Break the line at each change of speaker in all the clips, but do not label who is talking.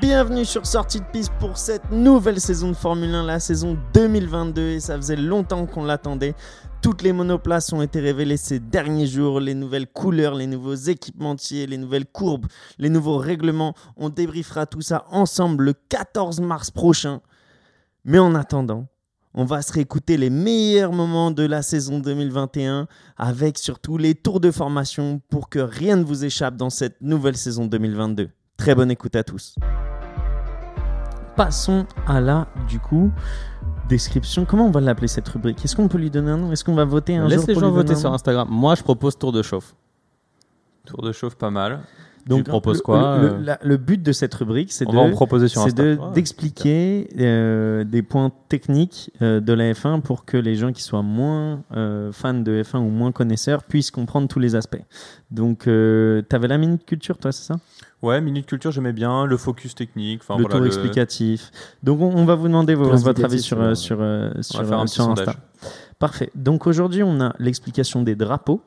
bienvenue sur Sortie de Piste pour cette nouvelle saison de Formule 1, la saison 2022, et ça faisait longtemps qu'on l'attendait. Toutes les monoplaces ont été révélées ces derniers jours, les nouvelles couleurs, les nouveaux équipementiers, les nouvelles courbes, les nouveaux règlements. On débriefera tout ça ensemble le 14 mars prochain. Mais en attendant, on va se réécouter les meilleurs moments de la saison 2021 avec surtout les tours de formation pour que rien ne vous échappe dans cette nouvelle saison 2022. Très bonne écoute à tous. Passons à la, du coup, description. Comment on va l'appeler cette rubrique Est-ce qu'on peut lui donner un nom Est-ce qu'on va voter un
Laisse
jour
les
pour
gens
lui donner
voter
un
sur
nom
Instagram. Moi, je propose tour de chauffe.
Tour de chauffe, pas mal.
tu proposes
le-
quoi,
le,
euh
la- le but de cette rubrique, c'est
On va en
de
proposer sur
c'est
Insta.
de-
Ouais.
d'expliquer euh, des points techniques euh, de la F1 pour que les gens qui soient moins euh, fans de F1 ou moins connaisseurs puissent comprendre tous les aspects. Donc, euh, t'avais la minute culture, toi, c'est ça
Ouais, minute culture, j'aimais bien. Le focus technique. Enfin,
le
voilà,
tour explicatif. Donc on, on va vous demander vos-
Tour
votre avis
explicatif,
sur, euh, sur,
ouais.
euh,
On
sur,
va faire un petit
sur Insta.
sondage.
Parfait. Donc aujourd'hui, on a l'explication des drapeaux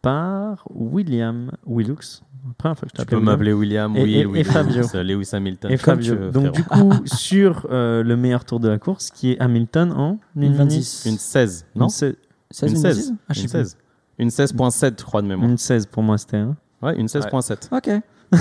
par William Willux. Première fois que je
Tu
t'appelle
peux
William.
m'appeler William,
Et-
Will,
et- et
Williams,
Fabio.
euh, Lewis Hamilton.
Et
comme
Fabio.
tu veux,
Donc du
frérot.
coup, sur euh, le meilleur tour de la course, qui est Hamilton en une minute-
Une 16, non
Une seize-
Une 16.
Ah, je
Une
sais
16. Une 16.7, je crois, de mémoire.
une 16 pour moi, c'était. Hein.
Ouais, une 16.7.
plus. Ok.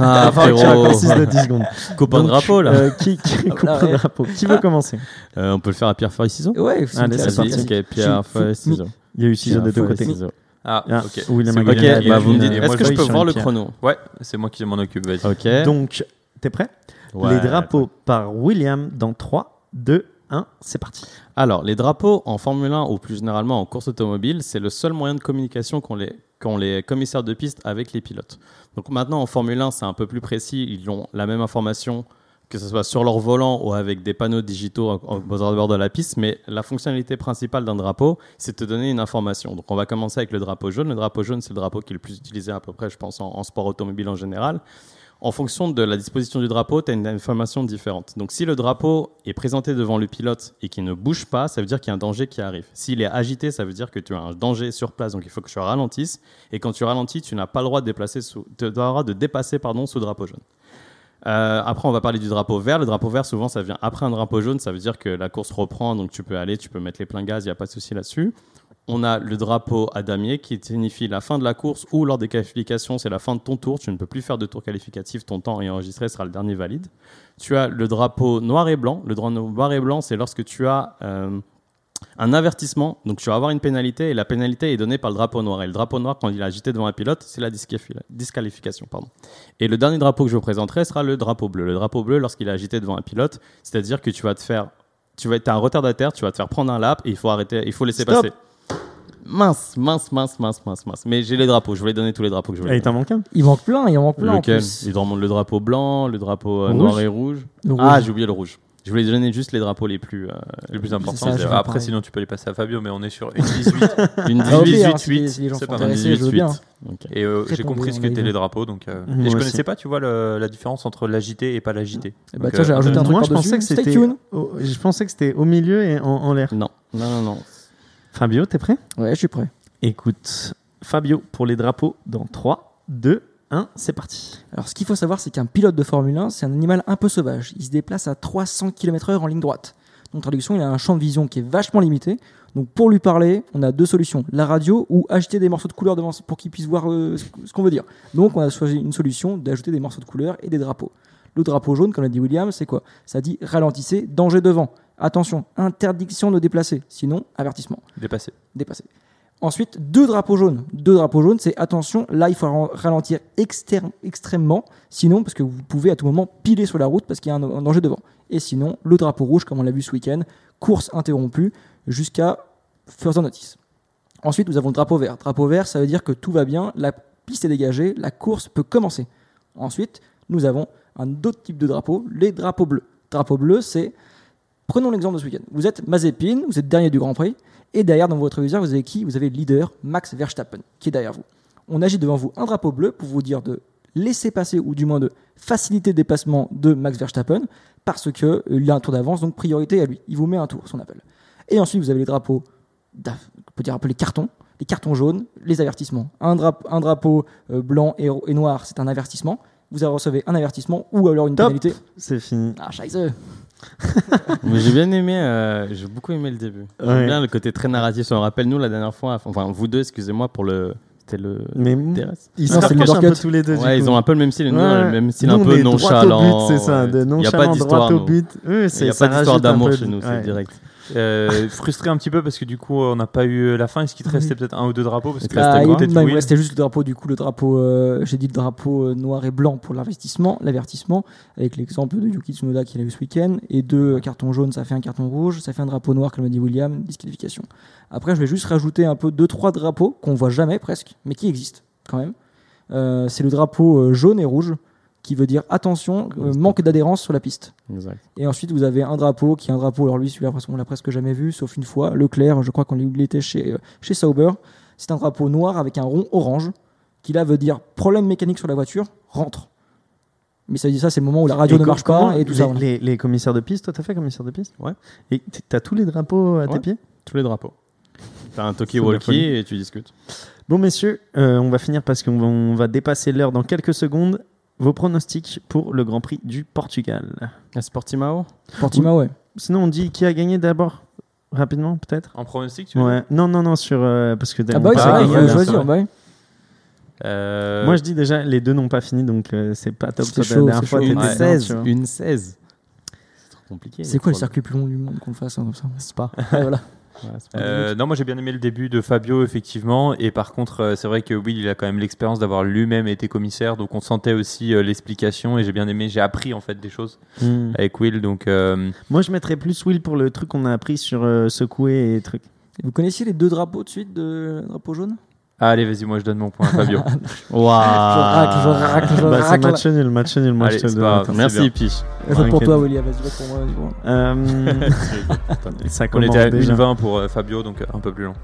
Ah,
Enfin, tu raccourcis de 10 secondes.
Copain
euh,
de
Donc,
drapeau, là.
euh, qui, qui, copain
ouais.
de drapeau. qui veut commencer
Euh, on peut le faire à Pierre Feuille Ciseaux
Ouais, Ah, c'est
Allez,
une
c'est
classe.
parti.
Ok, Pierre Feuille Ciseaux.
Il y a eu 6 des deux
Feuille,
côtés.
ciseaux.
Ah,
Ah,
ok.
William
C'est
a
moi
Ok,
gagné.
qui-
bah,
qui-
vous me
qui-
dites,
qui-
est-ce que je peux
Feuille,
voir le
Pierre.
chrono
Ouais, c'est moi qui m'en occupe, vas-y.
Ok.
Donc, t'es prêt Les
Ouais.
drapeaux par William dans 3, 2, 1, c'est parti.
Alors, les drapeaux en Formule 1 ou plus généralement en course automobile, c'est le seul moyen de communication qu'ont les, qu'ont les commissaires de piste avec les pilotes. Donc maintenant, en Formule 1, c'est un peu plus précis. Ils ont la même information, que ce soit sur leur volant ou avec des panneaux digitaux au- au- aux abords de la piste. Mais la fonctionnalité principale d'un drapeau, c'est de te donner une information. Donc on va commencer avec le drapeau jaune. Le drapeau jaune, c'est le drapeau qui est le plus utilisé à peu près, je pense, en- en sport automobile en général. En fonction de la disposition du drapeau, tu as une information différente. Donc si le drapeau est présenté devant le pilote et qu'il ne bouge pas, ça veut dire qu'il y a un danger qui arrive. S'il est agité, ça veut dire que tu as un danger sur place, donc il faut que tu ralentisses. Et quand tu ralentis, tu n'as pas le droit de, déplacer sous- tu as le droit de dépasser pardon, sous drapeau jaune. Euh, après, on va parler du drapeau vert. Le drapeau vert, souvent, ça vient après un drapeau jaune. Ça veut dire que la course reprend, donc tu peux aller, tu peux mettre les pleins gaz, il n'y a pas de souci là-dessus. On a le drapeau à damier qui signifie la fin de la course ou lors des qualifications, c'est la fin de ton tour. Tu ne peux plus faire de tour qualificatif, ton temps est enregistré, sera le dernier valide. Tu as le drapeau noir et blanc. Le drapeau noir et blanc, c'est lorsque tu as euh, un avertissement. Donc tu vas avoir une pénalité et la pénalité est donnée par le drapeau noir. Et le drapeau noir, quand il est agité devant un pilote, c'est la disqualifi- disqualification. Pardon. Et le dernier drapeau que je vous présenterai sera le drapeau bleu. Le drapeau bleu, lorsqu'il est agité devant un pilote, c'est-à-dire que tu vas te faire. Tu vas être un retardataire, tu vas te faire prendre un lap et il faut arrêter, il faut laisser
Stop.
passer. Mince, mince, mince, mince, mince, mince. Mais j'ai les drapeaux, je voulais donner tous les drapeaux que je
Ah,
voulais.
il t'en manque un
Il manque plein, il en manque plein. en
Lequel
plus.
Il te remonte le drapeau blanc, le drapeau euh, noir
Rouge
et rouge.
Le rouge.
Ah, j'ai oublié le rouge. Je voulais donner juste les drapeaux les plus. euh,
Le plus
important,
important,
ça,
c'est-
je vais
après,
pareil.
sinon tu peux les passer à Fabio, mais on est sur une 18
une
Ah, ok,
18.
hein,
alors, si les- si les gens
c'est
sont
pas mal.
intéressés, je veux bien.
18. Ok.
et euh,
Très
j'ai
tombé,
compris ce
on
qu'étaient
arrive.
les drapeaux, donc euh,
Moi
et je
aussi. Mm.
connaissais pas, tu vois, le- la différence entre l'agité et pas l'agité.
Eh
Donc,
Bah, tiens, j'ai
euh,
rajouté un truc
Moi, je
par-dessus.
pensais, que
Stay
c'était,
tuned.
au, je pensais que c'était au milieu et en, en l'air.
Non, non, non, non.
Fabio, t'es prêt
Ouais, je suis prêt.
Écoute, Fabio pour les drapeaux dans 3, 2, 1, c'est parti.
Alors, ce qu'il faut savoir, c'est qu'un pilote de Formule 1, c'est un animal un peu sauvage. Il se déplace à 300 km/h en ligne droite. Donc, traduction, il a un champ de vision qui est vachement limité. Donc, pour lui parler, on a deux solutions la radio ou acheter des morceaux de couleurs devant pour qu'il puisse voir euh, ce ce qu'on veut dire. Donc, on a choisi une solution d'ajouter des morceaux de couleurs et des drapeaux. Le drapeau jaune, comme l'a dit William, c'est quoi Ça dit ralentissez, danger devant. Attention, interdiction de déplacer. Sinon, avertissement
Dépassé.
dépassé. Ensuite, deux drapeaux jaunes. Deux drapeaux jaunes, c'est attention, là il faut ran- ralentir externe- extrêmement, sinon, parce que vous pouvez à tout moment piler sur la route parce qu'il y a un, un danger devant. Et sinon, le drapeau rouge, comme on l'a vu ce week-end, course interrompue jusqu'à further notice. Ensuite, nous avons le drapeau vert. Drapeau vert, ça veut dire que tout va bien, la piste est dégagée, la course peut commencer. Ensuite, nous avons un autre type de drapeau, les drapeaux bleus. Drapeau bleu, c'est. Prenons l'exemple de ce week-end. Vous êtes Mazepin, vous êtes dernier du Grand Prix, et derrière, dans votre viseur, vous avez qui Vous avez le leader, Max Verstappen, qui est derrière vous. On agit devant vous un drapeau bleu pour vous dire de laisser passer ou du moins de faciliter le dépassement de Max Verstappen parce que euh, il a un tour d'avance, donc priorité à lui. Il vous met un tour, son appel. Et ensuite, vous avez les drapeaux, d'a- on peut dire un peu les cartons, les cartons jaunes, les avertissements. Un, drape- un drapeau euh, blanc et, ro- et noir, c'est un avertissement. vous recevez un avertissement ou alors une
Top.
pénalité.
C'est fini.
Ah, scheisse.
Mais j'ai bien aimé, euh, j'ai beaucoup aimé le début. J'aime
Ouais.
bien le côté très narratif. On rappelle, nous, la dernière fois, enfin, vous deux, excusez-moi, pour le. C'était le.
Mais
TRS.
ils se
Non, c'est
rapprochent
le
un peu
Dorcat.
tous les deux. du
Ouais, ils
coup.
ont un peu le même style, et nous,
Ouais,
on a
ouais.
le même style
Nous,
un
on
peu
est droit au
nonchalant.
but, C'est ça, de
ouais. Il y a
nonchalant,
pas
droit
d'histoire.
au
nous.
but. Oui,
Il
c'est-
n'y a
ça
pas d'histoire
rajoute un
d'amour
peu
chez
de-
nous,
ouais.
c'est direct.
Euh, frustré un petit peu parce que du coup, on n'a pas eu la fin. Est-ce
Mm-hmm.
qu'il te restait peut-être un ou deux drapeaux parce que
Bah,
Ah,
c'était
il-
quoi
peut-être
non, il me
oui.
restait juste le drapeau, du coup, le drapeau, euh, j'ai dit le drapeau euh, noir et blanc pour l'investissement, l'avertissement, avec l'exemple de Yuki Tsunoda qu'il a eu ce week-end, et deux cartons jaunes, ça fait un carton rouge, ça fait un drapeau noir, comme a dit William, disqualification. Après, je vais juste rajouter un peu deux, trois drapeaux qu'on voit jamais presque, mais qui existent quand même. Euh, c'est le drapeau euh, jaune et rouge, qui veut dire attention, euh, manque d'adhérence sur la piste.
Exact.
Et ensuite, vous avez un drapeau qui est un drapeau. Alors, lui, celui-là, presque- on l'a presque jamais vu, sauf une fois. Leclerc, je crois qu'on l'a- il était chez, euh, chez Sauber. C'est un drapeau noir avec un rond orange qui, là, veut dire problème mécanique sur la voiture, rentre. Mais ça veut dire ça, c'est le moment où la radio
Et
ne
co-
marche
comment
pas et tout ça.
les,
voilà.
les- les commissaires de piste, toi, t'as fait commissaire de piste
Ouais.
Et t- t'as tous les drapeaux à tes
Ouais.
pieds
Tous les drapeaux. T'as un
C'est de la folie.
talkie-walkie et tu discutes.
Bon, messieurs, euh, on va finir parce qu'on va, on va dépasser l'heure dans quelques secondes. Vos pronostics pour le Grand Prix du Portugal.
La Sportimao
Portimao, ouais.
Sinon, on dit qui a gagné d'abord Rapidement, peut-être
En pronostic, tu veux
Ouais. Non, non, non, sur. euh, parce que
Ah,
on
bah oui,
parle-
c'est vrai,
Ah,
il
ouais,
faut
bien
choisir.
sûr.
bah oui.
Euh,
Moi, je dis déjà, les deux n'ont pas fini, donc euh, c'est pas top.
C'était
Toi,
chaud,
la dernière
c'est
fois,
chaud.
t'étais
Une
dedans,
16.
tu vois.
Une 16. C'est trop compliqué.
C'est quoi le circuit le plus long du monde qu'on le fasse hein, comme ça
Spa.
Ouais, voilà.
Ouais, Spa.
Euh, non, moi j'ai bien aimé le début de Fabio, effectivement. Et par contre, euh, c'est vrai que Will, il a quand même l'expérience d'avoir lui-même été commissaire. Donc on sentait aussi euh, l'explication. Et j'ai bien aimé, j'ai appris en fait des choses
Mm.
avec Will. Donc euh,
Moi, je mettrais plus Will pour le truc qu'on a appris sur euh, secouer et truc.
Et Vous connaissiez les deux drapeaux de suite, de drapeau jaune
ah, allez, vas-y, moi je donne mon point à Fabio.
Waouh.
Je racle, je racle, je
Bah, c'est
racle.
match nul, match nul. Moi,
Allez,
je te le
c'est
donne.
pas
Attends.
grave.
Merci,
bien.
Piche.
Vote pour
inquiète.
toi, William, vas-y, vote pour moi. vas-y, pour moi.
Euh, ça
on
commence
était à
déjà.
1,20 pour euh, Fabio, donc euh, un peu plus long.